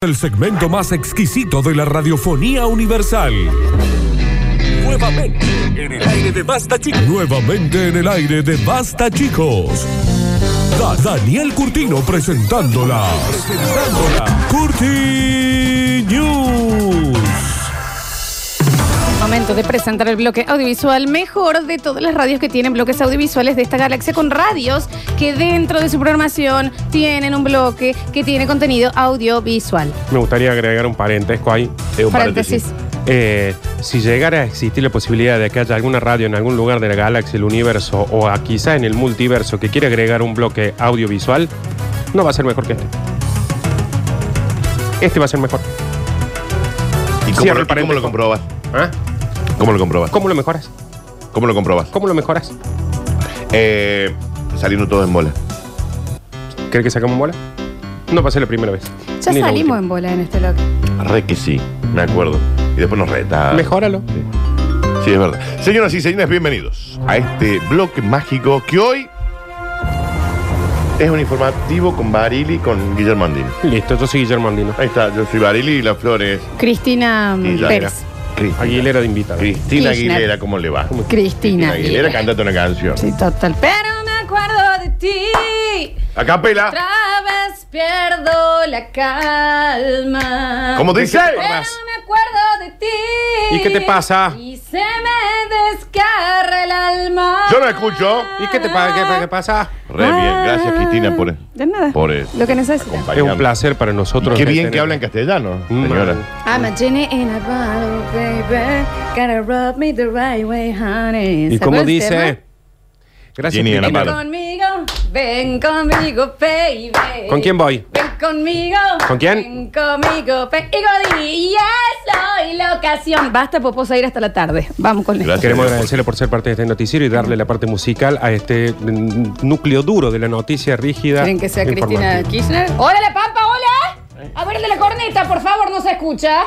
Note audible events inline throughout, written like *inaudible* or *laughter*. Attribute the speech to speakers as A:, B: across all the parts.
A: El segmento más exquisito de la radiofonía universal. Nuevamente en el aire de Basta Chicos. Nuevamente en el aire de Basta Chicos. Da- Daniel Curtino presentándola. Presentándola. Curti News.
B: Momento de presentar el bloque audiovisual mejor de todas las radios que tienen bloques audiovisuales de esta galaxia con radios que dentro de su programación tienen un bloque que tiene contenido audiovisual.
C: Me gustaría agregar un parentesco ahí. eh, un
B: Paréntesis.
C: Eh, si llegara a existir la posibilidad de que haya alguna radio en algún lugar de la galaxia, el universo o a- quizá en el multiverso que quiera agregar un bloque audiovisual, no va a ser mejor que este. Este va a ser mejor.
D: ¿Y cómo,
C: Cierra el
D: lo, y cómo lo
C: paréntesis.
D: comprobas?
C: ¿Ah?
D: ¿Cómo lo comprobas?
C: ¿Cómo lo mejoras?
D: ¿Cómo lo comprobas?
C: ¿Cómo lo mejoras?
D: Eh, saliendo todo en bola.
C: ¿Crees que sacamos bola? No pasé la primera vez.
B: Ya
C: ni la
B: salimos
C: última.
B: en bola en este bloque.
D: Re que sí, me acuerdo. Y después nos reta.
C: Mejóralo.
D: Sí, es verdad. Señoras y señores, bienvenidos a este bloque mágico que hoy es un informativo con Barili y con Guillermo Andino.
C: Listo, yo soy Guillermo Andino.
D: Ahí está, yo soy Barili y las flores.
B: Cristina mm, Pérez.
C: Aguilera de invitado.
D: Cristina
B: Kirchner.
D: Aguilera, ¿cómo le va?
B: Cristina.
D: Aguilera cantando una canción.
B: Sí, total. Pero me acuerdo de ti.
D: A capela.
B: Otra vez pierdo la calma.
D: ¿Cómo dice?
B: Pero me acuerdo de ti.
C: ¿Y qué te pasa?
B: Y se me descarra el alma. Ah.
D: Yo no escucho.
C: ¿Y qué te pa- qué pa- qué pasa?
D: Re bien, gracias Cristina por,
B: De nada.
D: por eh,
B: Lo que necesito.
C: Es
D: acompañarnos.
C: un placer para nosotros.
D: Qué bien que
C: tener-
D: habla en castellano,
C: Mm.
D: señora.
B: I'm a genie in a bottle, baby. Gotta rub me the right way, honey.
C: Y como
B: ¿Sabes el
C: dice. Gracias,
D: Ginny,
C: Cristina.
D: Ana
B: tema?
D: Palo.
B: Conmigo, ven conmigo, baby.
C: ¿Con quién voy?
B: Ven conmigo.
C: ¿Con
B: Ven
C: quién?
B: conmigo, baby. Y Godini, y soy la ocasión. Basta, poposa, ir hasta la tarde. Vamos con esto.
D: Gracias.
C: Queremos agradecerle por ser parte de este noticiero y darle la parte musical a este mm, núcleo duro de la noticia rígida.
B: ¿Quieren que sea Cristina
C: informativa.
B: Kirchner? ¡Hola, la pampa, hola! Acuérdate la corneta, por favor, no se escucha.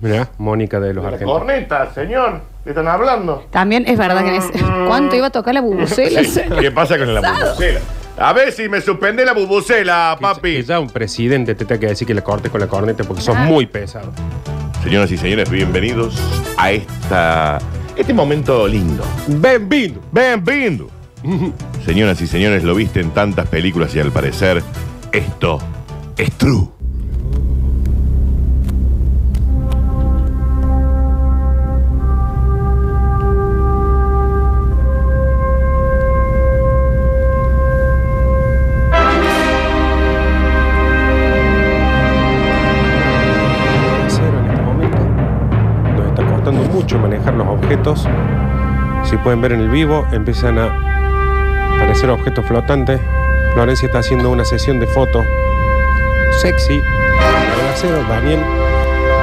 C: Mirá, Mónica de los Argentinos.
D: corneta, señor. ¿Le están hablando?
B: También es verdad que es. ¿Cuánto iba a tocar la bubucela?
D: ¿Qué pasa con la bubucela? A ver si me suspende la bubucela,
C: Que
D: papi.
C: ya un presidente te tenga que decir que le corte con la corneta porque sos
B: Ah.
C: muy pesado.
D: Señoras y señores, bienvenidos a esta, este momento lindo.
C: Bienvenido. *laughs*
D: Bienvenido. Señoras y señores, lo viste en tantas películas y al parecer esto es true.
C: Cero en este momento. Nos está costando mucho manejar los objetos. Si pueden ver en el vivo, empiezan a aparecer objetos flotantes. Florencia está haciendo una sesión de fotos sexy. Al acero, Daniel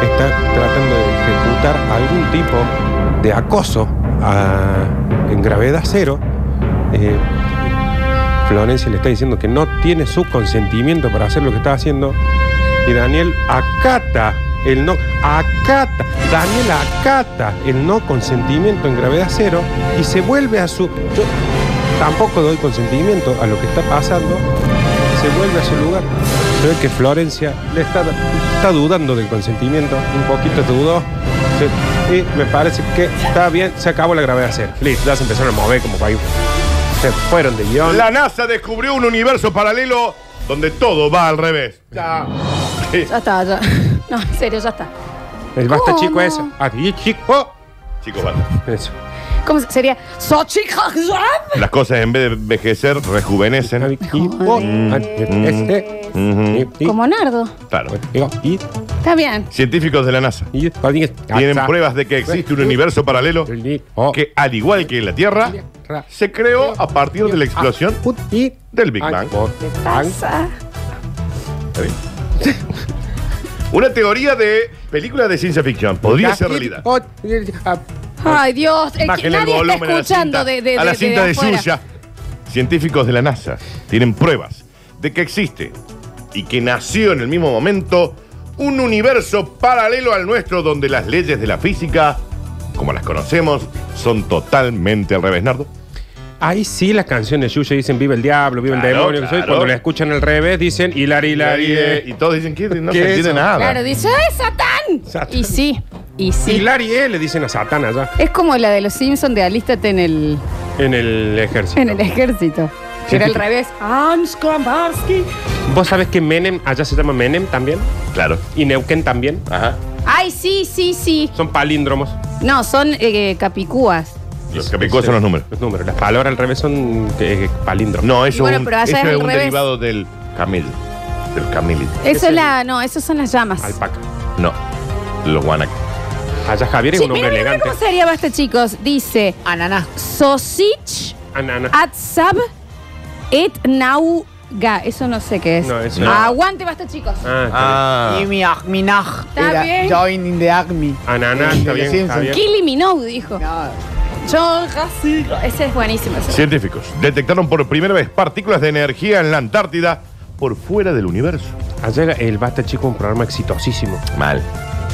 C: está tratando de ejecutar algún tipo de acoso a- en gravedad cero. Eh, Florencia le está diciendo que no tiene su consentimiento para hacer lo que está haciendo. Y Daniel acata el no. Acata. Daniel acata el no consentimiento en gravedad cero y se vuelve a su. Yo tampoco doy consentimiento a lo que está pasando. Se vuelve a su lugar. Se ve que Florencia le está, está dudando del consentimiento. Un poquito dudó. Se- y me parece que está bien. Se acabó la gravedad cero. Listo, ya se empezaron a mover como país. Se fueron de guión.
D: La NASA descubrió un universo paralelo donde todo va al revés. Ya.
B: Ya está, ya. No, en serio, ya está.
C: El basta
B: ¿Cómo?
C: chico es. Adiós, chico.
D: Chicos, basta.
C: Eso.
B: ¿Cómo se- sería? ¡Sochijajan!
D: Las cosas en vez de envejecer, rejuvenecen.
C: este,
B: Como Nardo.
D: Claro.
B: Está bien.
D: Científicos de la NASA tienen pruebas de que existe un universo paralelo que, al igual que la Tierra, Ah. se creó a partir de la explosión
C: ah,
D: del Big Bang.
B: Pasa.
D: Está bien. *laughs* Una teoría de película de ciencia ficción. Podría ser realidad.
C: ah,
B: Ay, Dios. eh, que
D: Bájenle el
B: nadie está
D: volumen a la
B: escuchando
D: cinta,
B: de, de,
D: a la cinta de,
B: afuera.
D: Suya. Científicos de la NASA tienen pruebas de que existe y que nació en el mismo momento un universo paralelo al nuestro donde las leyes de la física, como las conocemos, son totalmente al revés, Nardo.
C: Ahí sí las canciones de Yuya dicen vive el diablo, vive el
D: Claro,
C: demonio. que soy.
D: claro.
C: Cuando la escuchan al revés dicen hilari, hilari. eh.
D: Y todos dicen que no
C: ¿Qué
D: se
C: es
D: entiende
C: eso?
D: nada.
B: Claro, dice, ¡ay, Satán!
C: Satán.
B: Y sí, y sí.
C: Hilari, eh, le dicen a Satán allá.
B: Es como la de los Simpsons de Alístate en el,
C: En el ejército.
B: en el ejército.
C: Sí.
B: Que Era al revés. Hans Kombarsky.
C: ¿Vos sabés que Menem allá se llama Menem también?
D: Claro.
C: Y Neuquén también.
D: Ajá.
B: Ay, sí, sí, sí.
C: Son palíndromos.
B: No, son eh, capicúas.
D: Los capicúas son los números.
C: Los números. Este Las palabras al revés son eh, palíndromos.
D: No, eso,
B: Bueno,
D: es un-
B: pero allá
D: eso
B: es
D: es,
B: al
D: un
B: revés.
D: derivado del camello. Del camello.
B: Eso
C: es
B: es la. No, esas son las llamas.
C: Alpaca.
D: No. Los guanacos.
C: Allá Javier es
B: Sí,
C: un hombre
B: mira, mira
C: elegante.
B: cómo sería basta, chicos. Dice
E: Ananá.
B: Sausage
C: Anana.
B: Atsab Et Nauga. Eso no sé qué es.
C: No, eso
D: no.
B: Aguante, basta, chicos.
C: Ah, está
D: Ah.
E: Y mi Agminaj.
B: Está
E: Era
B: bien.
E: Join in the Agmi.
C: bien. Anana, está
E: Los
C: bien,
E: Simpsons.
C: Javier.
B: Killy Minogue dijo.
E: No,
B: Yo, Gassi- Ese es buenísimo.
C: *laughs*
B: ese.
D: Científicos detectaron por primera vez partículas de energía en la Antártida por fuera del universo.
C: Ayer el Basta Chico un programa exitosísimo.
D: Mal.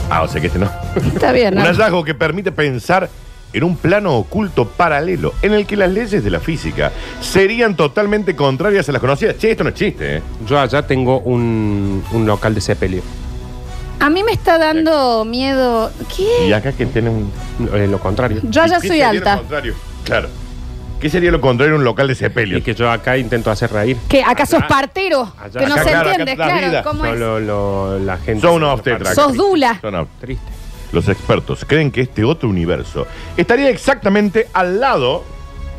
D: Ah, o sea que este no.
B: Está bien, ¿no?
D: Un hallazgo que permite pensar en un plano oculto paralelo en el que las leyes de la física serían totalmente contrarias a las conocidas. Che, esto no es chiste, ¿eh?
C: Yo allá tengo un, un local de sepelio.
B: A mí me está dando miedo.
D: Y
B: ¿Qué?
D: acá que tienen un...
C: Eh, lo contrario.
B: Yo ya
D: ¿Qué
B: soy
D: sería lo
B: alta.
D: contrario? Claro. ¿Qué sería lo contrario a un local de sepelio?
C: Y que yo acá intento hacer reír.
B: ¿Qué? ¿Acaso es
C: Allá-
B: partero?
C: allá-
B: que no
D: acá,
B: se
D: claro, acá
B: entiende,
D: la vida.
B: claro. ¿Cómo
C: No,
B: es?
C: lo- lo- la gente.
D: Son una obstetra.
B: Sos dula.
D: Son ob-
C: Triste.
D: Los expertos creen que este otro universo estaría exactamente al lado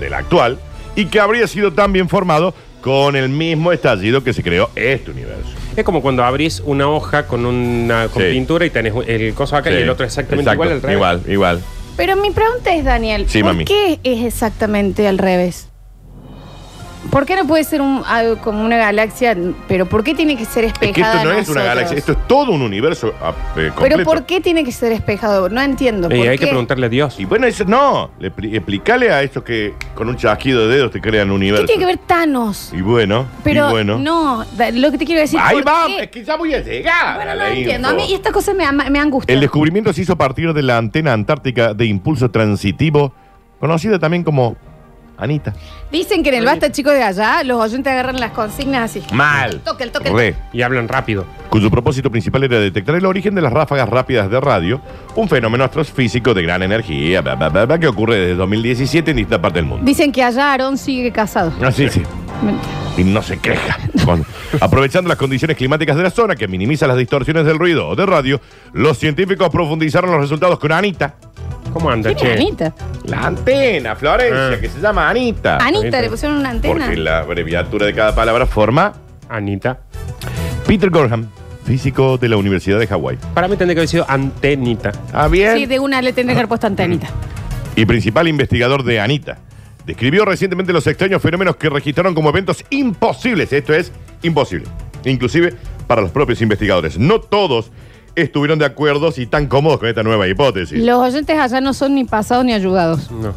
D: del actual y que habría sido tan bien formado con el mismo estallido que se creó este universo.
C: Es como cuando abrís una hoja con una con
D: Sí.
C: pintura y tenés el coso acá
D: Sí.
C: y el otro exactamente
D: Exacto,
C: igual al revés.
D: Igual, igual.
B: Pero mi pregunta es, Daniel,
D: Sí,
B: ¿por
D: mami.
B: qué es exactamente al revés? ¿Por qué no puede ser un, algo como una galaxia? Pero ¿por qué tiene que ser
D: Es que
B: espejada?
D: esto no
B: a
D: es una
B: nosotros?
D: galaxia, esto es todo un universo ah, eh, completo.
B: Pero ¿por qué tiene que ser espejado? No entiendo.
C: Y
B: ¿por
C: hay que
B: qué?
C: preguntarle a Dios.
D: Y bueno, eso no. Le pli- Explicale a estos que con un chasquido de dedos te crean
B: ¿Qué
D: un universo.
B: tiene que ver Thanos?
D: Y bueno,
B: Pero
D: y bueno.
B: no, da- lo que te quiero decir
D: Ahí
B: ¿por
D: va,
B: qué?
D: es que ya voy a llegar.
B: Bueno,
D: a
B: no
D: la
B: entiendo. A
D: info.
B: mí y estas cosas me, ama- me angustia.
D: El descubrimiento se hizo a partir de la antena antártica de impulso transitivo, conocida también como Anita.
B: Dicen que en el basta, chicos, de allá, los oyentes agarran las consignas así.
D: Mal.
B: El toque, el toque. el
D: Mm. Re.
C: Y hablan rápido.
D: Cuyo propósito principal era detectar el origen de las ráfagas rápidas de radio, un fenómeno astrofísico de gran energía, bla, bla, bla, bla, que ocurre desde 2017 en distintas partes del
B: toque.
D: mundo.
B: Dicen que allá Aarón sigue casado.
D: Ah, sí, sí. Y no se queja. Con- aprovechando las condiciones climáticas de la zona, que minimiza las distorsiones del ruido o de radio, los científicos profundizaron los resultados con Anita.
C: ¿Cómo anda,
B: ¿Quién
C: che?
B: es Anita?
D: La antena, Florencia,
C: Ah.
D: que se llama Ah, Anita.
B: Anita, le pusieron una antena.
D: Porque la abreviatura de cada palabra forma
C: Anita.
D: Peter Gorham, físico de la Universidad de Hawái.
C: Para mí tendría que haber sido Antenita.
D: Ah, bien. Mm,
B: Sí, de una le tendría que haber puesto antenita.
D: y principal investigador de Anita. Describió recientemente los extraños fenómenos que registraron como eventos imposibles. Esto es imposible. Inclusive para los propios investigadores. No todos estuvieron de acuerdo y tan cómodos con esta nueva hipótesis.
B: Los oyentes allá no son ni pasados ni ayudados.
C: No.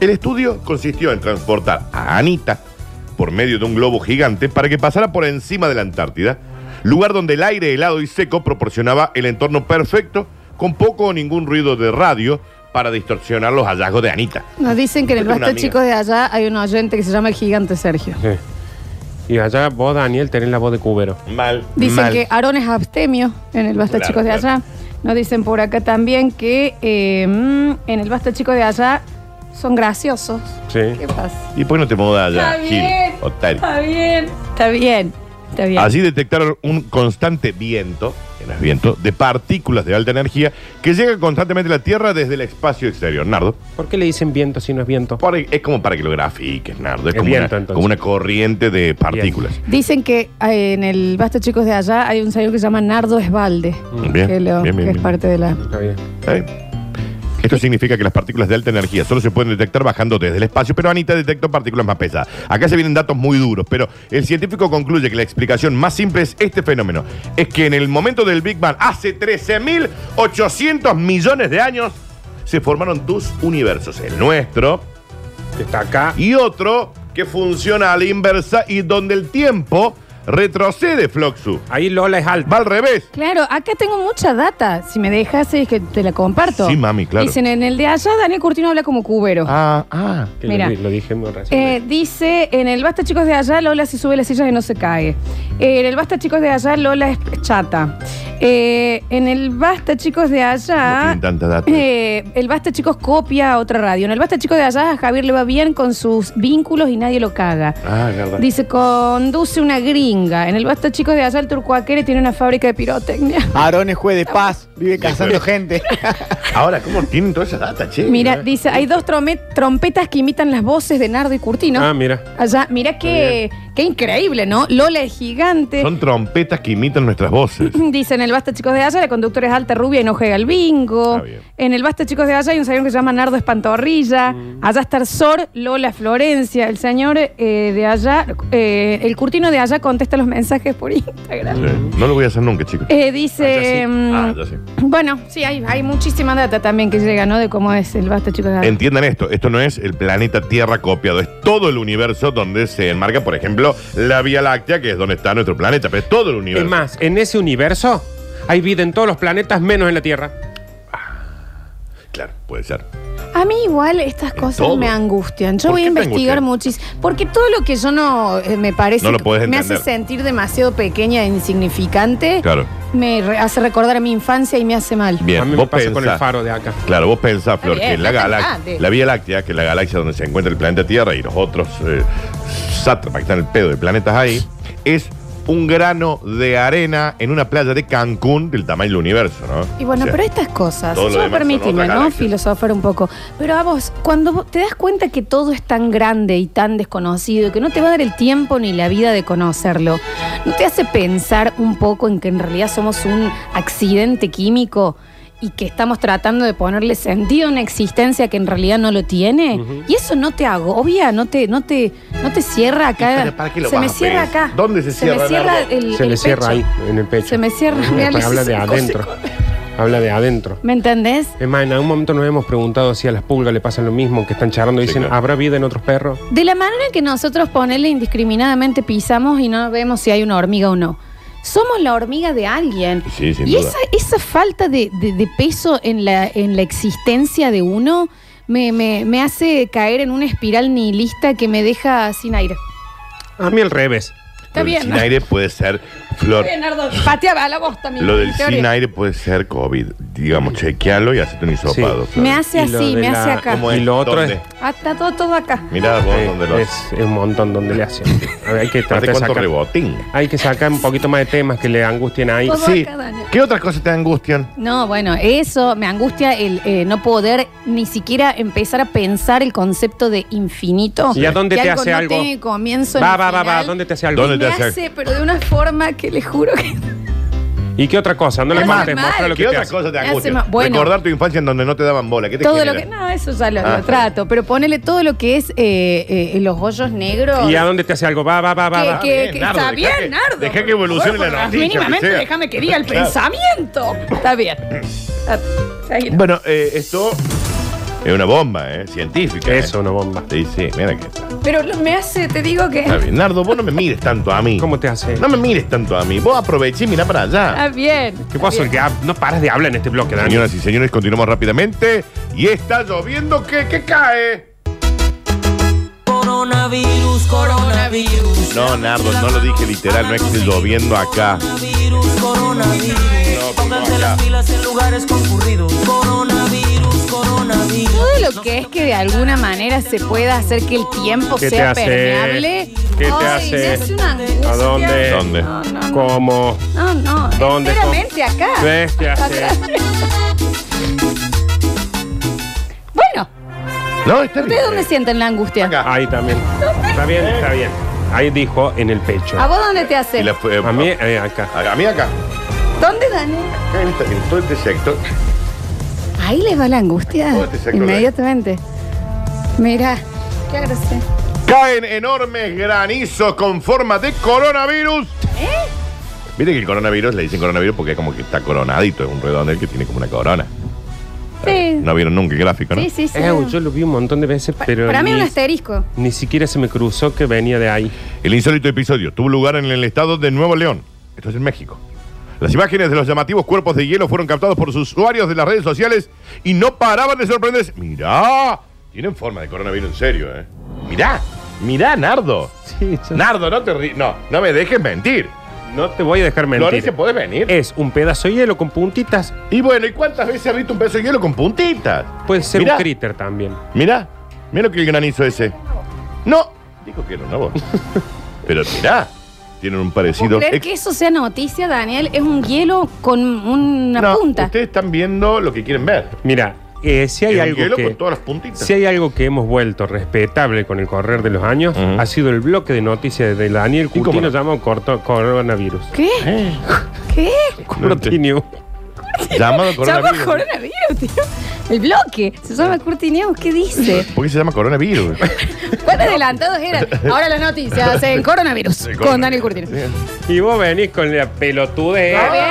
D: El estudio consistió en transportar a Anita por medio de un globo gigante para que pasara por encima de la Antártida, lugar donde el aire helado y seco proporcionaba el entorno perfecto con poco o ningún ruido de radio para distorsionar los hallazgos de Anita.
B: Nos dicen que en el
D: Tengo una
B: Basta
D: amiga.
B: Chicos de allá hay un oyente que se llama el gigante Sergio.
D: Eh.
C: Sí. Y allá vos, Daniel, tenés la voz de cubero.
D: Mal.
B: Dicen
D: mal.
B: que Aarón es abstemio en el Basta
D: Claro,
B: Chicos de
D: claro.
B: allá. Nos dicen por acá también que eh, mm, en el Basta Chicos de allá son graciosos.
C: Sí.
B: ¿Qué pasa?
D: ¿Y por qué no te mudas allá,
B: Está bien.
D: Gil? Otari?
B: Está bien. Está bien. Está bien.
D: Allí detectaron un constante viento, que no es viento, de partículas de alta energía que llega constantemente a la Tierra desde el espacio exterior. Nardo,
C: ¿Por qué le dicen viento si no es viento?
D: por- es como para que lo grafiques, Nardo. Es,
C: Es
D: como,
C: viento,
D: una,
C: entonces.
D: como una corriente de partículas.
B: Dicen que eh, en el Basta Chicos de allá hay un señor que se llama Nardo Esbalde.
D: Mm, Bien,
B: que, lo-
D: bien, bien,
B: que es
D: bien.
B: parte de la...
C: Está bien.
D: Está bien. ¿eh? Esto significa que las partículas de alta energía solo se pueden detectar bajando desde el espacio, pero Anita detectó partículas más pesadas. Acá se vienen datos muy duros, pero el científico concluye que la explicación más simple es este fenómeno. Es que en el momento del Big Bang, hace 13.800 millones de años, se formaron dos universos, el nuestro
C: Está acá.
D: y otro que funciona a la inversa y donde el tiempo Retrocede, Floxu.
C: Ahí Lola es alta.
D: Va al revés.
B: Claro, acá tengo mucha data. Si me dejas, es que te la comparto.
D: Sí, mami, claro.
B: Dicen, en el de allá, Daniel Curtino habla como cubero.
D: Ah, ah.
C: Que lo
B: Mira.
C: di- Lo, dije muy
B: Eh,
C: recién.
B: dice, en el Basta Chicos de allá, Lola se sube las sillas y no se cae. Eh, en el Basta Chicos de allá, Lola es chata. Eh, en el Basta Chicos de
D: No
B: allá...
D: tienen tanta data.
B: eh, el Basta Chicos copia a otra radio. En el Basta Chicos de allá a Javier le va bien con sus vínculos y nadie lo caga.
C: Ah, es verdad.
B: Dice, conduce una gringa. En el Basta Chicos de allá el Turco Aquere tiene una fábrica de pirotecnia.
E: Aarón es juez de paz, vive cazando
D: claro.
E: gente.
D: Ahora, ¿cómo tienen toda esa data, che?
B: Mira,
D: Eh.
B: dice, hay dos trome- trompetas que imitan las voces de Nardo y Curtino.
C: Ah, mira.
B: Allá, mira qué, qué increíble, ¿no? Lola es gigante.
D: Son trompetas que imitan nuestras voces.
B: Dicen, en el Basta Chicos de Allá, la conductora es alta, rubia y no juega al bingo.
D: Está bien.
B: En el Basta Chicos de Allá hay un señor que se llama Nardo Espantorrilla.
D: Mm.
B: Allá está Sor, Lola Florencia. El señor eh, de allá, eh, el curtino de allá contesta los mensajes por Instagram.
D: Sí. No lo voy a hacer nunca, chicos.
B: Eh, dice. mm,
D: Ah, ya sé.
B: Bueno, sí, hay, hay muchísima data también que llega, ¿no? De cómo es el Basta Chicos de Allá.
D: Entiendan esto, esto no es el planeta Tierra copiado, es todo el universo donde se enmarca, por ejemplo, la Vía Láctea, que es donde está nuestro planeta, pero es todo el
C: Es
D: universo.
C: más, en ese universo hay vida en todos los planetas menos en la Tierra.
D: Claro, puede ser.
B: A mí igual estas cosas
D: todo.
B: me angustian. Yo
D: ¿Por
B: voy a
D: qué te
B: investigar
D: angustia?
B: muchísimo. Porque todo lo que yo no eh, me parece
D: No lo podés
B: me hace
D: entender.
B: sentir demasiado pequeña e insignificante,
D: Claro.
B: me re- hace recordar a mi infancia y me hace mal.
D: Bien,
C: a mí me
D: vos
C: pasa
D: pensás.
C: con el faro de acá.
D: Claro, vos pensás, Flor,
B: bien, Ah,
D: que la,
B: está tan
D: galaxia,
B: grande.
D: la Vía Láctea, que es la galaxia donde se encuentra el planeta Tierra y los otros eh, sátrapas que están en el pedo de planetas ahí, es un grano de arena en una playa de Cancún del tamaño del universo, ¿no?
B: Y bueno,
D: O sea,
B: pero estas cosas,
D: todo lo
B: yo
D: demás son
B: permíteme,
D: otras
B: ¿no?
D: galaxias.
B: Filosofar un poco. Pero a vos, cuando vos te das cuenta que todo es tan grande y tan desconocido, que no te va a dar el tiempo ni la vida de conocerlo, ¿no te hace pensar un poco en que en realidad somos un accidente químico y que estamos tratando de ponerle sentido a una existencia que en realidad no lo tiene? Y eso no te agobia, no te, no te, no te cierra
D: ¿Y
B: acá.
D: para- para qué lo
B: se
D: vas
B: me
D: a
B: cierra
D: pensar?
B: acá.
D: ¿Dónde se cierra,
B: me cierra
D: Nardo?
B: el,
C: Se
B: el
C: le cierra
B: pecho.
C: ahí, en el pecho.
B: Se me cierra,
C: Eh,
B: mira,
C: pues
B: le-
C: *laughs* habla
B: se-
C: de
B: se-
C: adentro. Habla de adentro.
B: ¿Me entendés?
C: Es más, en algún momento nos hemos preguntado si a las pulgas le pasa lo mismo, que están charlando y
D: Sí,
C: dicen,
D: claro.
C: ¿habrá vida en otros perros?
B: De la manera que nosotros ponerle indiscriminadamente pisamos y no vemos si hay una hormiga o no. Somos la hormiga de alguien.
D: Sí, sin
B: y
D: duda.
B: esa, esa falta de, de- de peso en la, en la existencia de uno me, me- me hace caer en una espiral nihilista que me deja sin aire.
C: A mí al revés.
B: Está
D: Lo del
B: bien,
D: Sin
B: ¿no?
D: aire puede ser, Flor.
B: Leonardo, pateaba a la bosta, mi
D: Lo del
B: teoría.
D: sin aire puede ser COVID. Digamos, chequealo y hacete un hisopado.
C: Sí.
D: Flor.
B: Me hace
C: Y lo
B: así,
C: de
B: me
C: la-
B: hace acá.
D: ¿Cómo
C: Y
D: es?
C: lo otro
D: ¿Dónde?
C: es-
B: Ah, está todo, todo acá.
D: Mirá vos
C: Eh,
D: donde lo
C: es, es un montón donde le hacen. A ver, hay que
D: Aparte,
C: tratar de
D: cuánto
C: sacar.
D: rebotín.
C: Hay que sacar un poquito más de temas que le angustien ahí.
B: Todo
D: Sí.
B: acá, Daniel.
D: ¿Qué otras cosas te angustian?
B: No, bueno, eso me angustia el eh, no poder ni siquiera empezar a pensar el concepto de infinito.
C: ¿Y a dónde
B: Que
C: te hace
B: no
C: algo?
B: tiene comienzo
C: Va,
B: ni
C: va, va, va,
B: final.
C: ¿dónde te hace
B: *laughs*
C: algo?
D: ¿Dónde?
B: Me
D: te hace
B: hace, pero de una forma que le juro que
C: ¿Y qué otra cosa? No le
B: Es
C: mates,
B: normal.
C: mostra lo que te
D: ¿Qué otra
C: hace.
D: cosa te
B: Me hace
D: angustia?
B: más- bueno.
D: Recordar tu infancia en donde no te daban bola. ¿Qué te
B: todo lo
D: genera?
B: que no eso ya lo, lo
D: Ah.
B: trato, pero ponele todo lo que es eh, eh, los hoyos negros.
C: ¿Y a dónde te hace algo? Va, va, va, va.
B: que,
C: va.
B: que-
D: bien,
B: que-
D: Nardo,
B: está
D: dejá
B: bien,
D: que-
B: Nardo.
D: dejá que
B: por
D: evolucione
B: favor,
D: la noticia,
B: Mínimamente,
D: que sea.
B: déjame que diga el
D: Claro.
B: pensamiento. Está bien. Está- está bien.
D: Bueno, eh, esto es una bomba, ¿eh? Científica. ¿eh?
C: Eso, una bomba.
D: Sí, sí, mira que
B: Pero lo- me hace, te digo que.
D: está bien. Nardo, vos no me mires tanto a mí.
C: ¿Cómo te hace?
D: No me mires tanto a mí. Vos aproveché y mirá para allá.
B: Está bien.
C: ¿Qué
B: está
C: pasa?
B: bien.
C: Que hab- no paras de hablar en este bloque, Dani.
D: Señoras y señores, continuamos rápidamente. Y está lloviendo que, que cae.
F: Coronavirus, coronavirus.
D: No, Nardo, no lo dije literal, no es que esté lloviendo acá.
F: Coronavirus, coronavirus.
D: No,
F: Pónganse
D: acá.
F: las pilas en lugares concurridos. Coronavirus, coronavirus.
B: Todo lo que es que de alguna manera se pueda hacer que el tiempo
C: ¿Qué te
B: sea
C: hace?
B: permeable.
C: ¿Qué te
B: Ay, me
C: hace?
B: una angustia.
C: ¿A dónde?
D: ¿Dónde?
B: No, no, no.
C: ¿Cómo?
B: No, no.
C: ¿Dónde?
B: Enteramente acá.
C: ¿Ves? Te hace.
B: Atrás. Bueno,
D: No, está bien.
B: ¿ustedes dónde sienten la angustia?
D: Acá.
C: Ahí también. Está bien, está bien. Ahí dijo en el pecho.
B: ¿A vos dónde te hace?
D: Ah. Y la fue-
C: A mí, eh, acá.
D: a, a mí acá.
B: ¿Dónde, Dani?
D: Acá en, esta- en todo este sector.
B: Ahí les va la angustia.
D: Oh, te saco
B: Inmediatamente. Mira, qué agresivo.
D: Caen enormes granizos con forma de coronavirus. ¿Eh? Viste que el coronavirus le dicen coronavirus porque es como que está coronadito, es un redondel que tiene como una corona.
B: Sí.
D: No vieron nunca el gráfico, ¿no?
B: Sí, sí, sí.
C: Eh, yo lo vi un montón de veces,
B: Pa-
C: pero
B: para mí
C: ni,
B: un asterisco.
C: ni siquiera se me cruzó que venía de ahí.
D: El insólito episodio tuvo lugar en el estado de Nuevo León. Esto es en México. Las imágenes de los llamativos cuerpos de hielo fueron captados por sus usuarios de las redes sociales y no paraban de sorprenderse. Mirá, tienen forma de coronavirus en serio, ¿eh? Mirá, mirá, Nardo.
C: Sí, yo-
D: Nardo, no te ri- No, no me dejes mentir.
C: no te voy a dejar
D: Florencia,
C: mentir.
D: ¿podés venir?
C: Es un pedazo de hielo con puntitas.
D: Y bueno, ¿y cuántas veces has visto un pedazo de hielo con puntitas?
C: Puede ser
D: Mirá.
C: un critter también.
D: Mirá, mirá lo que el granizo ese. No, dijo que era
C: *laughs*
D: una voz. Pero mirá, tienen un
B: ¿Puedo
D: parecido.
B: creer
D: ex-
B: que eso sea noticia, Daniel? Es un hielo con una
D: No,
B: punta.
D: Ustedes están viendo lo que quieren ver.
C: Mira, eh, si hay
D: Es un
C: algo
D: hielo
C: que.
D: con todas las puntitas.
C: Si hay algo que hemos vuelto respetable con el correr de los años,
D: Ujú.
C: ha sido el bloque de noticias de Daniel
D: cómo
C: Curtino
D: no?
C: llamado corto- coronavirus.
B: ¿Qué?
D: Eh,
B: ¿Qué?
C: Curtino.
D: Llamado
B: Llama
D: coronavirus.
B: coronavirus, tío. El bloque. Se llama Curti News. ¿Qué dice?
D: ¿Por qué se llama coronavirus?
B: ¿Cuán adelantados eran? Ahora las noticias en coronavirus. Con Daniel Curtino.
C: Y vos venís con la pelotudez.
B: Está bien.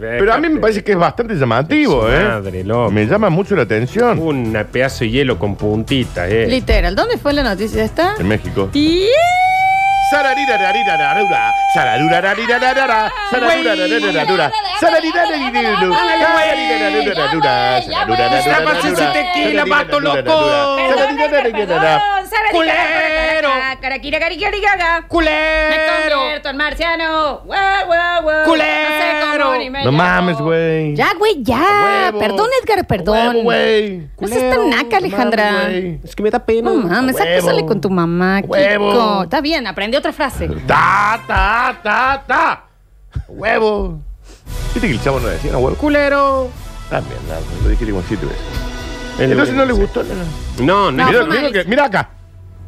D: Pero a mí me parece que es bastante llamativo,
C: Su
D: ¿eh?
C: madre, loco.
D: Me llama mucho la atención
C: Un pedazo de hielo con puntitas, eh.
B: Literal. ¿Dónde fue la noticia? ¿Está?
D: en México.
B: Y-
D: Sararirararirararura, sararurararirarara, sararurararirararura, sararirarirararura, sararirarirararura, sararurararirararura,
C: Estabas en ese tequila, vato loco.
D: sararirarirararara.
C: Culero.
B: Caraquira, cariquirigaga. Me
C: ¡Culero!
B: convierto en marciano. Guau, guau, guau.
C: Culero.
B: No sé cómo ni me
D: No
B: llamo.
D: mames, güey.
B: Ya, güey, ya.
D: Huevo.
B: Perdón, Edgar, perdón.
D: Huevo, güey.
B: No seas tan naca, Alejandra.
D: Mames, güey.
E: Es que me da pena.
B: No mames,
D: Huevo.
B: sale con tu mamá. Kiko.
D: Huevo.
B: Está bien, aprendí otra frase.
D: Ta, ta, ta, ta. Huevo. ¿Viste que el chavo no decía no, huevo?
C: ¡Culero!
D: También, no, lo dije como siete veces.
C: El-
D: Entonces no le gustó.
C: No, no.
B: No,
D: Mira,
B: fue mal.
D: acá.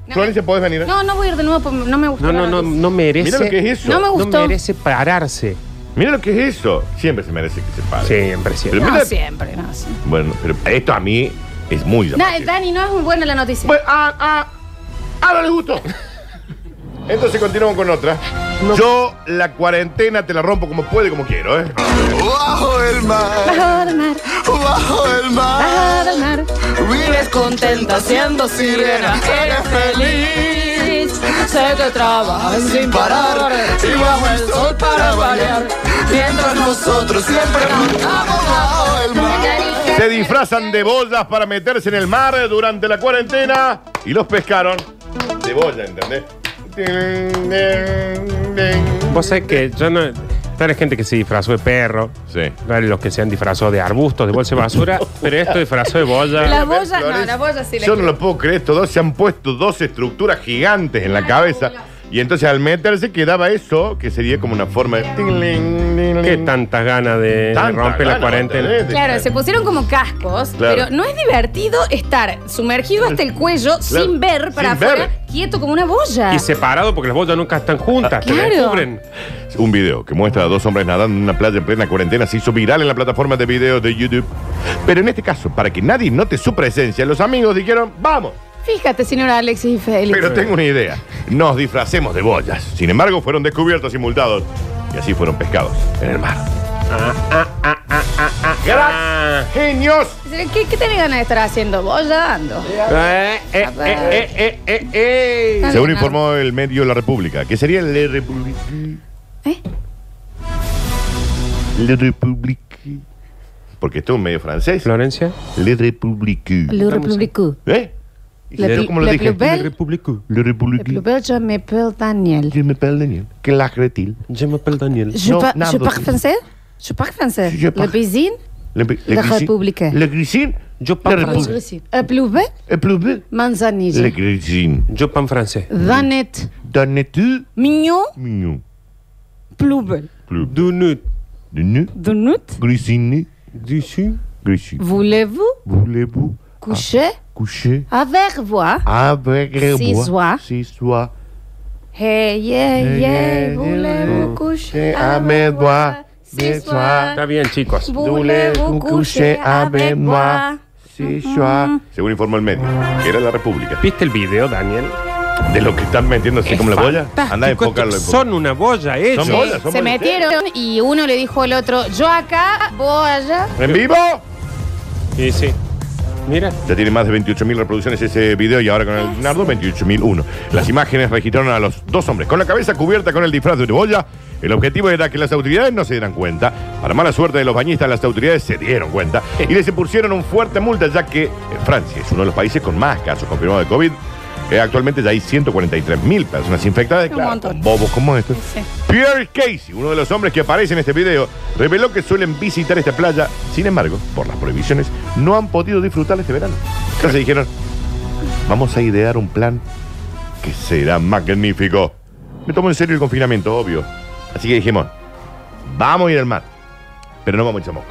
B: No.
D: Florencia, podés venir. ¿eh?
B: No, no voy a ir de nuevo, porque no me gustó.
C: No, no,
B: la
C: no,
B: noticia.
C: no merece.
D: Mira lo que es eso.
B: No me gustó.
C: No merece pararse.
D: Mira lo que es eso. Siempre se merece que se pare.
C: Siempre, siempre.
D: Pero
B: No,
D: mira-
B: siempre, no. siempre.
D: Bueno, pero esto a mí es muy
B: No,
D: llamativo.
B: Dani, no es muy buena la noticia.
D: Bueno, ah, ah, ah, no le gustó. Entonces continuamos con otra. Yo la cuarentena te la rompo como puede, como quiero, ¿eh?
G: Bajo el mar,
B: Bajo del mar,
G: bajo el mar,
B: bajo del mar.
G: vives contenta siendo sirena, eres feliz.
B: Sé que trabajas
G: Sin parar y bajo el sol para variar, mientras nosotros siempre cantamos bajo el mar.
D: Se disfrazan de boyas para meterse en el mar durante la cuarentena y los pescaron. De boya, ¿entendés?
C: Vos sabés que yo no. Claro, hay gente que se disfrazó de perro.
D: Sí.
C: Claro, los que se han disfrazado de arbustos, de bolsa de basura. pero esto disfrazó de boya.
B: La boya, no,
D: Flores,
B: la boya sí la
D: Yo no lo puedo creer, estos dos se han puesto dos estructuras gigantes en la cabeza. Y entonces al meterse quedaba eso, que sería como una forma de.
C: Qué tantas ganas de, de
D: Tanta
C: romper la
D: gana,
C: cuarentena.
D: ¿entendés?
B: Claro, se pusieron como cascos,
D: Claro.
B: pero no es divertido estar sumergido hasta el cuello sin ver para
D: Sin ver.
B: afuera, quieto como una boya.
C: Y separado porque las bolsas nunca están juntas. Te
B: Ah. Claro.
C: descubren.
D: Un video que muestra a dos hombres nadando en una playa en plena cuarentena se hizo viral en la plataforma de videos de YouTube. Pero en este caso, para que nadie note su presencia, los amigos dijeron, vamos,
B: Fíjate, señora Alexis y Félix.
D: pero tengo una idea, nos disfracemos de boyas. Sin embargo, fueron descubiertos y multados. Y así fueron pescados en el mar. ¡Genios!
B: ¿Qué, qué tenés ganas de estar haciendo? Boya ando.
C: Eh, eh, eh, eh, eh, eh, eh.
D: Según
B: bien,
D: informó el medio La República, que sería La República.
B: ¿Eh?
D: La República. Porque esto es un medio francés.
C: Florencia.
D: La República.
B: Le Republicu.
D: ¿Eh?
B: La
D: ¿Vieron
B: pi-
D: cómo lo
B: la
D: dije?
B: plus belle.
C: Republicú.
D: La
B: Le plus
D: República.
B: belle, je m'appelle Daniel.
D: Je m'appelle Daniel. Que la cretil.
C: Je m'appelle Daniel.
B: Je,
D: No,
B: pa-
D: Nardo.
B: je parle français? Je parle français.
D: Je parle-
B: La piscine?
D: La,
B: La República.
D: La grisine.
C: Yo
D: La
C: pan
D: República.
C: francés.
B: La plus belle?
D: La plus belle.
B: Manzanilla.
D: La grisine.
C: Yo pan francés.
B: Danette.
D: Donne-tu.
B: Mignon?
D: Mignon.
B: Plus belle.
D: Plus.
C: Donut.
D: Donne.
B: Donut?
D: Grisine.
C: D'ici.
D: Grisine.
B: Voulez-vous
D: Voulez-vous
B: coucher
D: coucher
B: avec moi?
D: avec le
B: Six
D: bois?
B: soirs.
D: Six soirs.
B: Hey, yeah, yeah, voulez-vous coucher avec moi? Ce soir,
C: Está bien, chicos.
B: voulez-vous coucher avec moi? Mm-hmm.
D: Según informó el medio, que era la República.
C: ¿Viste el video, Daniel?
D: De lo que están metiéndose como la boya. Anda a
C: Chicos,
D: enfocarlo.
C: Son una boya ellos.
D: Son bolas. Hola, somos
B: Se
D: el-
B: metieron y uno le dijo al otro, yo acá, vos allá.
D: ¿En vivo?
C: Y sí. Mira.
D: Ya tiene más de 28.000 reproducciones ese video y ahora con el Nardo 28.001. Las imágenes registraron a los dos hombres con la cabeza cubierta con el disfraz de boya. El objetivo era que las autoridades no se dieran cuenta. Para mala suerte de los bañistas, las autoridades se dieron cuenta y les impusieron un fuerte multa, ya que eh, Francia es uno de los países con más casos confirmados de COVID. Eh, actualmente ya hay 143.000 personas infectadas.
B: Un
D: claro,
B: montón.
D: con bobos como estos.
B: Sí.
D: Pierre Casey, uno de los hombres que aparece en este video, reveló que suelen visitar esta playa. Sin embargo, por las prohibiciones, no han podido disfrutar este verano. Entonces dijeron, vamos a idear un plan que será magnífico. Me tomo en serio el confinamiento, obvio. Así que dijimos, vamos a ir al mar, pero no vamos a echar moco.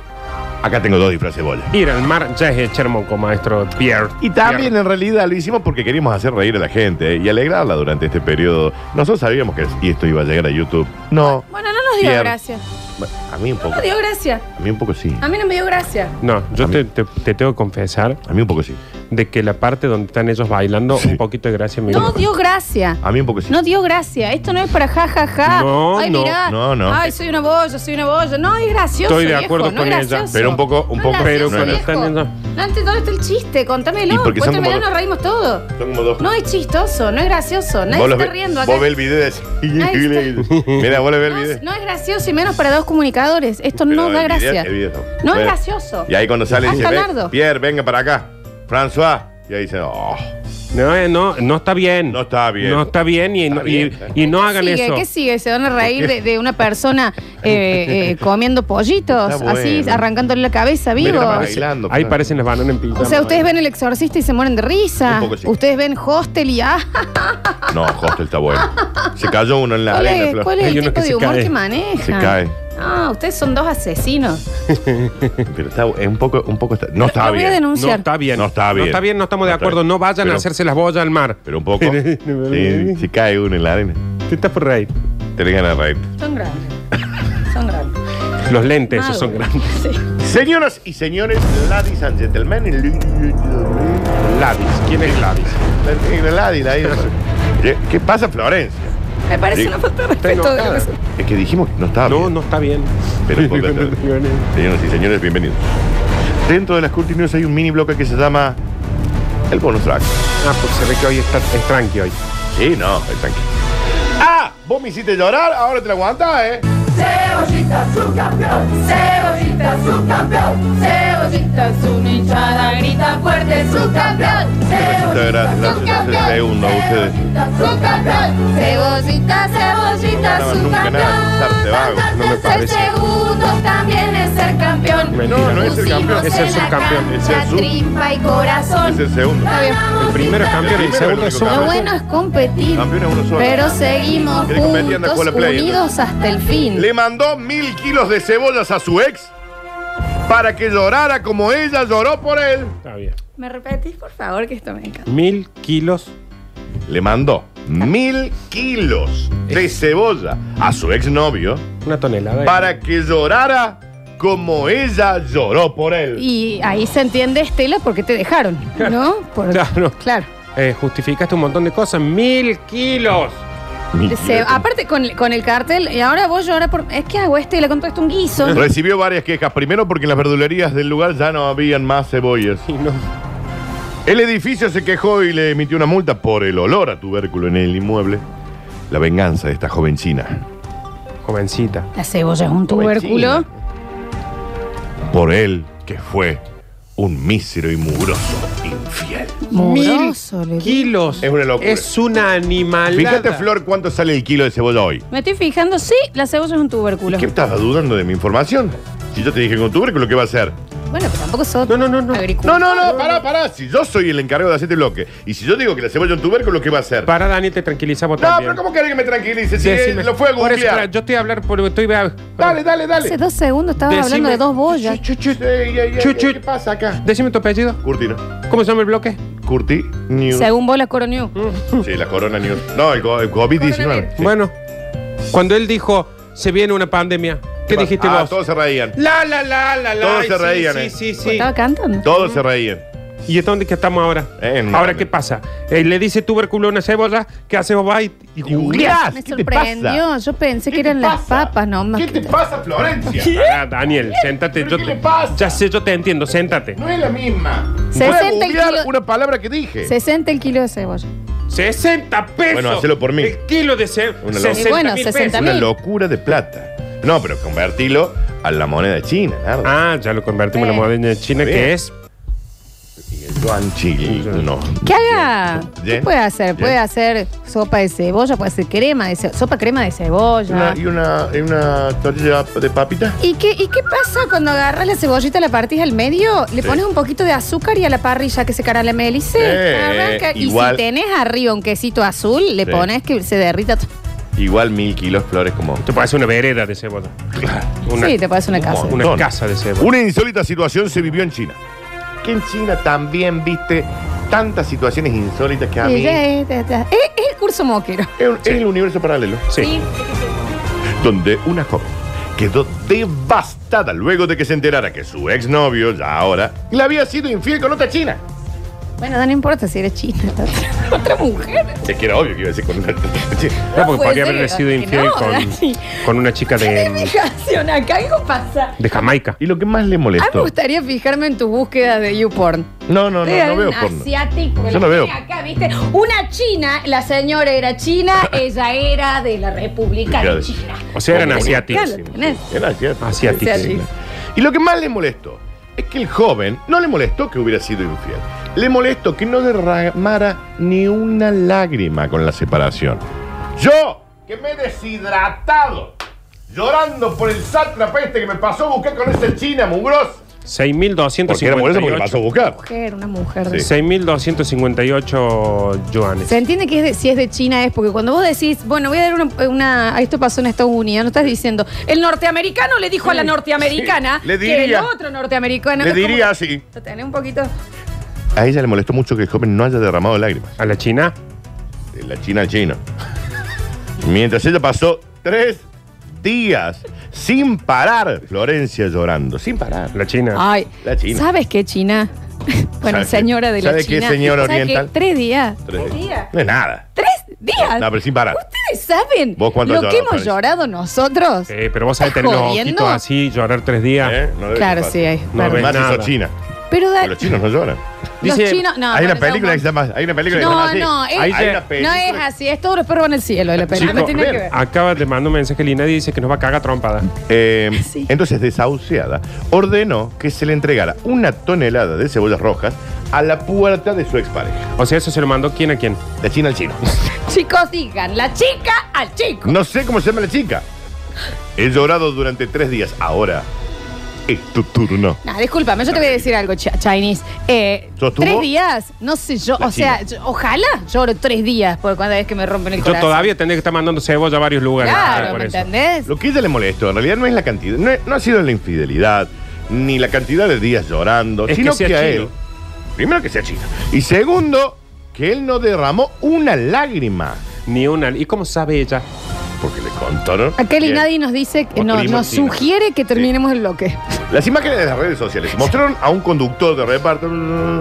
D: Acá tengo dos disfraces de bola.
C: Ir al mar ya es echar moco, maestro Pierre.
D: Y también en realidad lo hicimos porque queríamos hacer reír a la gente eh, y alegrarla durante este periodo. Nosotros sabíamos que y esto iba a llegar a YouTube. No.
B: Bueno, no nos dio
D: Pierre.
B: gracia.
D: A mí un poco.
B: No nos dio gracia.
D: A mí un poco sí.
B: A mí no me dio gracia.
C: No, yo
D: A
C: te, te- te tengo que confesar
D: A mí un poco sí.
C: de que la parte donde están ellos bailando, un poquito de gracia me
B: No
C: dio.
B: dio gracia.
D: A mí un poco sí.
B: No dio gracia. Esto no es para ja, ja, ja.
C: No,
B: Ay,
C: no,
B: mirá.
D: no, no.
B: Ay, soy una boya, soy una boya. No, es gracioso.
C: Estoy de
B: viejo,
C: acuerdo
B: no
C: con
B: es
C: ella,
B: gracioso.
D: pero un poco-
B: No
D: un
B: es
D: poco-
B: gracioso,
C: pero cuando
B: viejo.
C: están en-
B: No, antes dónde está el chiste,
D: Y
B: contámelo.
D: porque son
B: Cuéntamelo,
D: como-
B: nos reímos todos.
D: Son como dos.
B: No es chistoso, no es gracioso. Nadie
D: Vos
B: se
D: los
B: está
D: ve-
B: riendo acá.
D: Vos ves el video de
B: Nadie
D: *laughs* Mira, vos lo ves el
B: No,
D: video.
B: es- no es gracioso y menos para dos comunicadores. Esto
D: Pero
B: no da
D: el video-
B: gracia.
D: el video no.
B: No es
D: Bueno,
B: gracioso.
D: Y ahí cuando sale dice,
B: Hasta
D: "Ve,
B: Nardo.
D: Pierre, venga para acá. François. Y ahí dice, oh,
C: No, eh, no, no está bien.
D: No está bien.
C: No está bien y,
D: Está
C: y-
D: bien.
C: y no hagan
B: sigue?
C: eso.
B: ¿Qué sigue? ¿Se van a reír de, de una persona
D: *laughs*
B: eh, eh, comiendo pollitos,
D: Está
B: así,
D: bueno.
B: arrancándole la cabeza vivo?
D: Mira, bailando.
C: Ahí
D: claro.
C: parecen las bananas en pijama.
B: O sea, ustedes ven El Exorcista y se mueren de risa.
D: Un poco sí.
B: Ustedes ven Hostel y ah,
D: No, Hostel está bueno. Se cayó uno en la
B: ¿cuál
D: arena.
B: es,
D: Flor.
B: cuál es
C: Hay
B: el
C: uno
B: tipo
C: que
B: de
C: se
B: humor
C: cae.
B: que manejan?
D: Se cae.
B: Ah, ustedes son dos asesinos.
D: Pero está es un poco, un poco está- no está
B: Lo voy a
D: bien.
C: No
B: denunciar.
C: está bien.
D: No está bien.
C: No no estamos de
D: No está
C: acuerdo.
D: bien.
C: No vayan
D: Pero-
C: a hacerse las boyas al mar.
D: Pero
C: *laughs*
D: un poco. sí, se cae uno en la arena.
C: Te estás por reír.
D: Tenés ganas de reírte.
B: Son grandes. Son grandes.
C: Los lentes
B: Mago.
C: esos son grandes.
B: Sí.
D: Señoras y señores, ladies and gentlemen.
C: Gladys. ¿Quién es Gladys?
D: Ladies, ahí.
C: *laughs*
D: Eh, ¿Qué pasa, Florencia?
B: Me parece
D: Sí.
B: una falta de
C: Está
B: respeto.
C: enojada.
D: Es que dijimos que no estaba
C: No, *laughs*
D: bien.
C: no está bien.
D: Pero un poco está bien. Señoras y señores, bienvenidos. Dentro de las Curti News hay un mini bloque que se llama El Bonus Track.
C: Ah, pues se ve que hoy está, es tranqui hoy.
D: Sí, no, el tanque. ¡Ah! Vos me hiciste llorar, ahora te la aguantás, ¿eh?
H: Cebollita su campeón, Cebollita su campeón, Cebollita su hinchada grita fuerte su campeón,
D: Muchas
H: Cebollita
D: gracias,
H: su
D: gracias. Hace
H: campeón,
D: segundo a ustedes.
H: Cebollita su campeón, Cebollita, Cebollita
D: No,
H: su
D: nunca
H: campeón,
D: nada, estar de vago,
H: Tanto
D: no me
H: ser
D: parece.
H: segundo también es ser campeón.
C: Mentira.
D: No, no es el campeón.
H: Pusimos
C: Es el
H: en la
C: subcampeón,
D: es el
H: cancha
D: sub-
H: Tripa y corazón.
D: Es el segundo.
B: Está bien.
H: Ganamos
C: El primero es
H: y
C: campeón y el
D: El primero
C: segundo es
D: es el único
B: Lo
C: sub-
B: bueno es competir.
D: Campeón es uno solo.
B: Pero seguimos
D: Quiere competir, anda a
B: juntos,
D: jugar a la Play,
B: unidos hasta el fin.
D: Le mandó mil kilos de cebollas a su ex para que llorara como ella lloró por él.
C: Está bien.
B: ¿Me repetís, por favor, que esto me encanta?
C: Mil kilos.
D: Le mandó mil kilos de cebolla a su exnovio
C: Una tonelada. de-
D: para que llorara como ella lloró por él.
B: Y ahí se entiende, Estela, por qué te dejaron, ¿no? Por-
C: Claro.
B: Claro.
C: Eh, justificaste un montón de cosas. Mil kilos.
D: Mil
B: Se-
D: kilos.
B: aparte, con, con el cartel, y ahora vos lloras por... Es que hago Estela con todo esto un guiso.
D: Recibió varias quejas. Primero porque en las verdulerías del lugar ya no habían más cebollas.
C: Y no.
D: El edificio se quejó y le emitió una multa por el olor a tubérculo en el inmueble. La venganza de esta joven china.
C: Jovencita.
B: La cebolla es un tubérculo.
D: Por él, que fue un mísero y mugroso infiel.
B: Mugroso, le digo.
C: Mil kilos.
D: Es una locura.
C: Es una animalada.
D: Fíjate, Flor, cuánto sale el kilo de cebolla hoy.
B: Me estoy fijando, sí, la cebolla es un tubérculo.
D: ¿Qué estás dudando de mi información? Si yo te dije con tubérculo, ¿qué va a ser?
B: Bueno, pero tampoco sos
C: No, no, no, no.
D: No, no, no, pará, pará. Si yo soy el encargado de hacer este bloque y si yo digo que la cebolla es un tubérculo, ¿qué va a ser?
C: Para Daniel, te tranquilizamos
D: No,
C: también.
D: pero ¿cómo querés que me tranquilice? Si
C: Decime.
D: eh, lo fue a
C: Por eso, espera,
D: googlear.
C: yo estoy a hablar por. Estoy a-
D: Dale, dale, dale.
B: Hace dos segundos estaba
C: Decime.
B: hablando de dos boyas.
D: Chu, chu, chu. Ey, ey, ey,
C: Chu, chu.
D: ¿Qué pasa acá?
C: Decime tu apellido.
D: Curti, ¿no?
C: ¿Cómo se llama el bloque?
D: Curti News.
B: Según vos, la Coro News.
D: Sí, la Corona News. No, el, co- el COVID-19. Sí.
C: Bueno, cuando él dijo se viene una pandemia, ¿qué dijiste
D: Ah,
C: vos?
D: Todos se reían.
C: La, la, la, la, la.
D: Todos
C: Ay,
D: se
C: sí,
D: reían,
C: Sí,
D: eh.
C: sí, sí.
B: Pues Estaba cantando.
D: Todos se reían.
C: ¿Y es dónde que estamos ahora?
D: En
C: ahora,
D: Miami.
C: ¿qué pasa? Eh, le dice tubérculo a una cebolla, ¿qué hace vos? Va y, y googleás.
B: Me
D: ¿Qué te
B: sorprendió.
D: pasa?
B: Yo pensé
D: ¿Qué
B: que
D: te
B: eran las
D: pasa?
B: papas nomás.
D: ¿Qué te pasa, Florencia?
B: *laughs*
C: Pará, Daniel, sentate.
D: ¿Pero
C: yo
D: qué
C: te-
D: le pasa?
C: Ya sé, yo te entiendo, séntate.
D: No es la misma.
B: 60
D: Voy a googlear
B: kilos-
D: una palabra que dije.
B: 60 el kilo de cebolla.
C: 60 pesos.
D: Bueno, hacelo por mí.
C: El kilo de
D: Una
C: cebolla.
D: locura.
C: 60
B: Bueno,
C: mil
B: 60
C: pesos.
D: Una
B: mil.
D: locura de plata. No, pero convertilo a la moneda china, nada.
C: Ah, ya lo convertimos en
B: Sí.
C: la moneda china,
D: Está
C: que
D: bien.
C: es.
D: Y el yuan chileno.
B: ¿Qué haga?
D: Bien.
B: ¿Qué puede hacer?
D: Bien.
B: Puede hacer sopa de cebolla, puede hacer crema de cebolla, sopa crema de cebolla.
D: Una- y una, y una tortilla de papita.
B: ¿Y qué, ¿Y qué pasa cuando agarras la cebollita, la partís al medio, le
D: Sí.
B: pones un poquito de azúcar y a la parrilla que se caramelice? y se
D: Eh,
B: arranca. Y si
D: igual.
B: tenés arriba un quesito azul, le
D: Sí.
B: pones que se derrita. t-
D: Igual mil kilos flores como.
C: Te puede hacer una vereda de cebolla. Una,
B: sí, te parece una casa.
C: una
D: montón.
C: casa de cebolla.
D: Una insólita situación se vivió en China. Que en China también viste tantas situaciones insólitas que a
B: Sí,
D: mí.
B: ya
D: Es,
B: es, ya está. Es- es el curso moquero.
D: un- es el universo paralelo.
C: Sí.
D: Donde una joven quedó devastada luego de que se enterara que su exnovio, ya ahora, le había sido infiel con otra china.
B: Bueno, no importa si eres china, está otra- *laughs* otra mujer.
D: Es que era obvio que iba a decir con una *laughs* china.
C: No, porque
B: puede
C: podría
B: ser,
C: haber sido
B: Dani,
C: infiel
B: no,
C: con,
B: Dani.
C: con una chica de,
B: *laughs* Fijación, acá algo pasa.
C: de Jamaica.
D: Y lo que más le
B: A mí me
D: molestó.
B: gustaría fijarme en tu búsqueda de YouPorn.
D: No, no, no,
B: Era
D: no veo
B: un
D: porno.
B: asiático,
D: Yo
B: la
D: no veo.
B: tenía Acá, ¿viste? Una china, la señora era
D: *laughs*
B: china, ella era de la República
D: Claro.
B: de China.
C: O sea, eran
D: Como-
B: Claro,
C: asiáticos.
B: lo tenés.
D: Era asiático.
C: Asiático.
B: Asiático.
D: Y lo que más le molestó es que el joven no le molestó que hubiera sido infiel. Le molestó que no derramara ni una lágrima con la separación. Yo, que me he deshidratado, llorando por el sátrapa este que me pasó a buscar con esa china mugrosa. Porque era moroso porque me pasó a
C: 6.258
D: buscar.
B: Mujer, una mujer. de-
D: Sí.
C: 6.258 yuanes.
B: Se entiende que es de- si es de China es porque cuando vos decís, bueno, voy a dar una, una- Esto pasó en Estados Unidos, no estás diciendo. El norteamericano le dijo a la norteamericana
D: sí. Le
B: que el
D: diría.
B: otro norteamericano.
D: Le
B: es como-
D: diría así.
B: Lo tenés un poquito.
D: A ella le molestó mucho que el joven no haya derramado lágrimas.
C: ¿A la China?
D: de la China al chino. Mientras ella pasó tres días sin parar, Florencia llorando, sin parar.
C: La China.
B: Ay,
D: La China.
B: ¿sabes qué China? *laughs* Bueno,
D: ¿Sabe qué?
B: señora de la
D: ¿Sabe qué
B: China.
D: señora
B: ¿Sabe qué?
D: oriental?
B: Tres días.
D: Tres
B: días.
D: No es nada.
B: ¿Tres días?
D: No, pero sin parar.
B: ¿Ustedes saben
D: ¿Vos cuánto
B: lo
D: has llorado,
B: que hemos
D: Florencia?
B: llorado nosotros?
C: Eh, pero vos sabés
B: ¿Estás
C: tener los
B: jodiendo?
C: ojitos así, llorar tres días.
D: ¿Eh? No debe
B: Ah, Claro,
D: ser fácil.
B: sí, hay.
C: No,
B: Claro.
C: ves
D: Además,
C: nada.
D: hizo China.
B: Pero da-
D: Porque Los chinos no lloran.
B: los
C: Dice-
B: chinos. No,
D: hay
B: bueno,
D: una película
B: no,
D: que se llama. Hay una película que se
B: No,
D: llama así.
B: no, es-
D: hay
C: Ahí
D: una
C: se-
B: No
D: película.
B: es así, es todos los perros en el cielo de la película.
D: Chico,
B: Ah, no tiene que
D: ven. ah.
B: ver.
C: Acaba de mandar un mensaje Lina y dice que nos va a cagar trompada.
D: Eh,
B: Ah, Sí.
D: Entonces, desahuciada, ordenó que se le entregara una tonelada de cebollas rojas a la puerta de su expareja.
C: O sea, eso se lo mandó quién a quién.
D: De China al chino.
B: Chicos, digan, la chica al chico.
D: No sé cómo se llama la chica. He llorado durante tres días. Ahora es tu turno.
B: Nah, discúlpame, yo te voy a decir algo, chi- Chinese. Eh,
D: ¿Sos tú?
B: tres días, no sé yo,
D: La
B: o sea,
D: China.
B: yo- ojalá lloro tres días por cada vez que me rompen el
C: Yo
B: corazón.
C: todavía tendría que estar mandando cebolla a varios lugares. Ah,
B: Claro,
C: por
B: ¿me
C: eso.
B: entendés?
D: Lo que a ella le molestó en realidad no es la cantidad, no, es- no ha sido la infidelidad, ni la cantidad de días llorando,
C: Es que
D: sino que,
C: sea
D: a
C: chino.
D: él. Primero que sea chino. Y segundo, que él no derramó una lágrima.
C: Ni una. ¿Y cómo sabe ella?
D: Porque le contaron.
B: Acá
D: Bien.
B: Linadi nos dice,
D: Otro
B: no,
D: limosina.
B: nos sugiere que terminemos el bloque.
D: Las imágenes de las redes sociales mostraron a un conductor de reparto,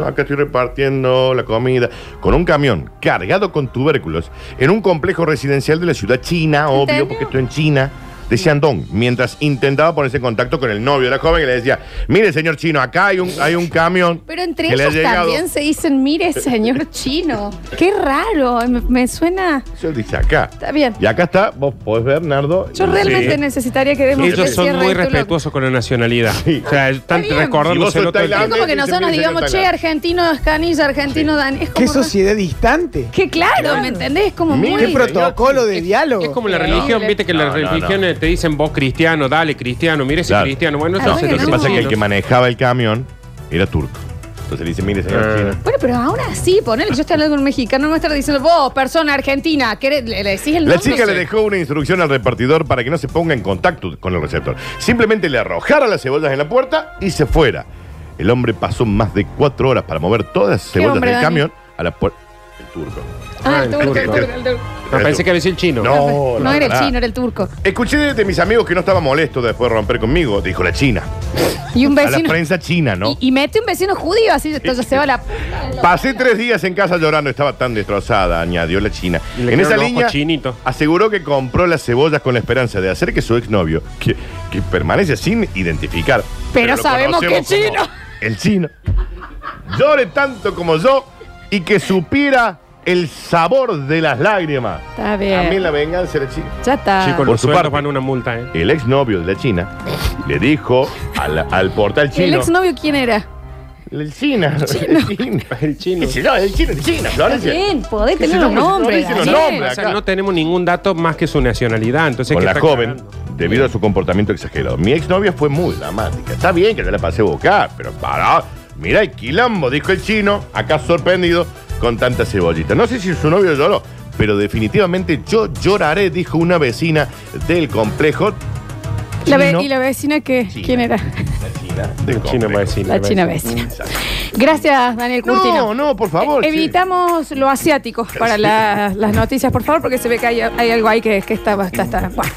D: acá estoy repartiendo la comida, con un camión cargado con tubérculos en un complejo residencial de la ciudad china, obvio,
B: ¿Entendió?
D: porque estoy en China, de Shandong, mientras intentaba ponerse en contacto con el novio de la joven que le decía, mire señor chino, acá hay un, hay un camión.
B: Pero entre
D: que le ha
B: ellos
D: llegado".
B: también se dicen, mire,
D: *laughs*
B: señor chino. Qué raro, me, me suena.
D: Eso dice acá.
B: Está bien.
D: Y acá está, vos podés ver, Nardo.
B: Yo realmente
C: Sí.
B: necesitaría que demos
C: Ellos
B: que
C: son
B: cierre
C: muy
B: este bloque.
C: respetuosos con la nacionalidad.
D: Sí.
C: O sea, están
B: bien.
D: Si
C: recordándoselo
D: vos sos
C: todo el
B: Es
D: tailandés,
C: tiempo.
B: como que nosotros nos
D: Sí,
B: digamos,
D: sí, sí,
B: che,
D: sí.
B: argentino es canilla, argentino dan. Es como.
E: Qué sociedad distante.
B: Que claro, ¿me entendés? Es como
D: Mira,
E: Qué
B: muy.
D: pro-
E: protocolo de diálogo.
C: Es como la
B: Sí.
C: religión, viste que
D: No,
C: las
D: no, no.
C: religiones te dicen vos cristiano, dale cristiano, mire ese
D: Claro.
C: cristiano. Bueno,
B: Ah,
C: eso
D: No,
C: se
B: bueno,
D: lo que
C: dice
B: no.
D: pasa es que el
C: chino.
D: que manejaba el camión era turco. Entonces le dice, mire señor
C: Ah.
D: chino.
B: Bueno, pero ahora sí, ponele que yo estoy hablando con un mexicano, no me estar diciendo, vos, persona argentina, ¿querés- le, le decís el
D: La
B: nombre?
D: chica le dejó una instrucción al repartidor para que no se ponga en contacto con el receptor. Simplemente le arrojara las cebollas en la puerta y se fuera. El hombre pasó más de cuatro horas para mover todas las cebollas
B: hombre,
D: del
B: Dani?
D: camión a la puerta. El turco.
B: Ah,
C: Ah,
B: el
C: el
B: turco, el
D: turco.
B: turco, el turco.
C: No, pensé que había sido el chino.
D: No,
B: No era el
D: pará.
B: chino, era el turco.
D: Escuché de mis amigos que no estaba molesto de después de romper conmigo, dijo la China.
B: Y un
D: A la
B: vecino.
D: prensa china, ¿no?
B: Y, y mete un vecino judío así, entonces se va
D: *laughs*
B: la.
D: Pasé tres días en casa llorando, estaba tan destrozada, añadió la China.
C: Y le
D: En
C: quedó
D: esa
C: el ojo
D: línea,
C: chinito.
D: aseguró que compró las cebollas con la esperanza de hacer que su exnovio, que, que permanece sin identificar.
B: Pero
D: lo
B: sabemos que es
D: conocemos como
B: chino.
D: El chino. Llore tanto como yo y que supiera el sabor de las lágrimas.
B: Está bien.
D: También la venganza de la China.
B: Ya está.
C: Chicos,
D: Por
C: los
D: su
C: sueldos
D: parte.
C: van una multa, ¿eh?
D: El exnovio de la China le dijo al, al portal
B: ¿El
D: chino.
B: exnovio quién era?
D: El China. El China.
C: El chino.
D: ¿Qué sé yo? El chino, el Chino, Florencia.
B: Bien, podés
D: Que
B: tener
D: se
B: los
D: nombre, se
B: nombres.
D: nombre, se
B: Daniel.
D: nombre.
C: O sea,
D: acá.
C: no tenemos ningún dato más que su nacionalidad. Entonces,
D: con
C: ¿qué
D: la
C: está
D: joven
C: cagando?
D: debido a su comportamiento exagerado. Mi exnovia fue muy dramática. Está bien que yo la pasé a buscar, pero para. Mira el quilombo, dijo el chino, acá sorprendido con tanta cebollita. No sé si su novio lloró, pero definitivamente yo lloraré, dijo una vecina del complejo.
B: La ve-
D: chino.
B: ¿Y la vecina qué?
D: China.
B: ¿Quién era?
D: La china del
C: El chino va a
D: complejo.
C: decir.
B: La china vecina. Gracias, Daniel Curtino.
D: No, no, por favor.
B: Eh,
D: sí.
B: Evitamos lo asiático para la- las noticias, por favor, porque se ve que hay, hay algo ahí que, que está, está, está. Bueno.